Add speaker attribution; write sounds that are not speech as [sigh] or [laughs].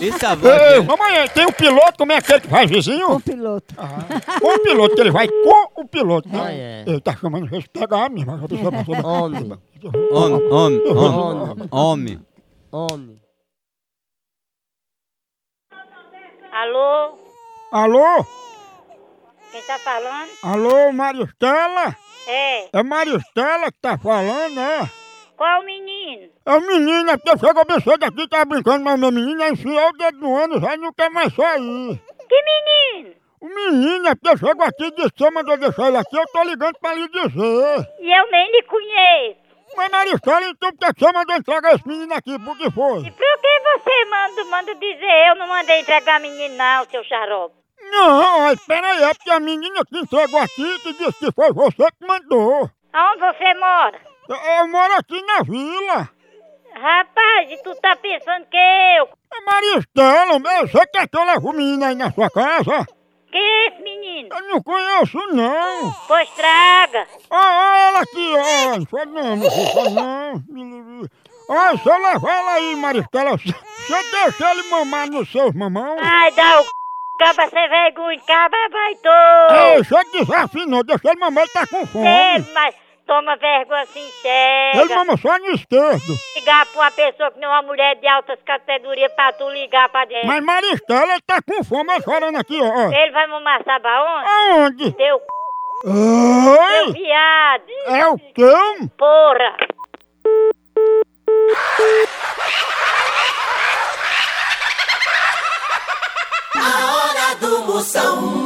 Speaker 1: é cavalo.
Speaker 2: Mamãe, tem o piloto, como é aquele que vai vizinho?
Speaker 3: O piloto.
Speaker 2: Com o piloto, que ele vai com o piloto. né?
Speaker 4: Ah, é.
Speaker 2: Ele tá chamando gente pegar mesmo. A
Speaker 4: [laughs]
Speaker 2: pessoa passou da-
Speaker 4: Homem,
Speaker 1: Homem, homem, homem, homem.
Speaker 4: homem.
Speaker 5: Alô?
Speaker 2: Alô?
Speaker 5: Quem tá falando?
Speaker 2: Alô, Maristela?
Speaker 5: É.
Speaker 2: É Maristela que tá falando, é?
Speaker 5: Qual o menino?
Speaker 2: É o menino, é porque chegou bem cedo aqui, tá brincando, mas o meu menino é enfiou o dedo no ano, já não quer mais sair.
Speaker 5: Que menino?
Speaker 2: O menino é porque chegou aqui e disse que mandou deixar ele aqui, eu tô ligando pra lhe dizer.
Speaker 5: E eu nem lhe conheço.
Speaker 2: Mas Maristela, então por que você mandou entregar esse menino aqui? Por que
Speaker 5: E
Speaker 2: foi?
Speaker 5: por que você manda, manda dizer? Eu não mandei entregar menino não, seu xarope.
Speaker 2: Não, mas peraí, é porque a menina que entregou aqui que disse que foi você que mandou.
Speaker 5: Aonde você mora?
Speaker 2: Eu, eu moro aqui na vila.
Speaker 5: Rapaz, e tu tá pensando que eu?
Speaker 2: É Maristela, meu, você quer que eu leve o menino aí na sua casa?
Speaker 5: Que é esse menino?
Speaker 2: Eu não conheço, não.
Speaker 5: Pois traga.
Speaker 2: Ó, ó, ela aqui, ó. Não foi não, não foi não. Ó, se eu levar ela aí, Maristela, [laughs] se se eu deixar ele mamar nos seus mamão...
Speaker 5: Ai, dá o c... Caba sem vergonha, caba vai
Speaker 2: Ei,
Speaker 5: todo.
Speaker 2: se eu desafio não, deixa ele mamar, ele tá com fome.
Speaker 5: Ei, É, mas toma vergonha, se
Speaker 2: Ele
Speaker 5: enxerga.
Speaker 2: mama só no esquerdo.
Speaker 5: Ligar pra uma pessoa que não é uma mulher de altas categorias pra tu ligar pra dentro.
Speaker 2: Mas Maristela, ele tá com fome, ele chorando aqui, ó. ó.
Speaker 5: Ele vai mamar sabão onde?
Speaker 2: Aonde?
Speaker 5: Teu c... Seu
Speaker 2: Ei,
Speaker 5: viado.
Speaker 2: é o cão?
Speaker 5: Porra.
Speaker 6: A hora do Moção.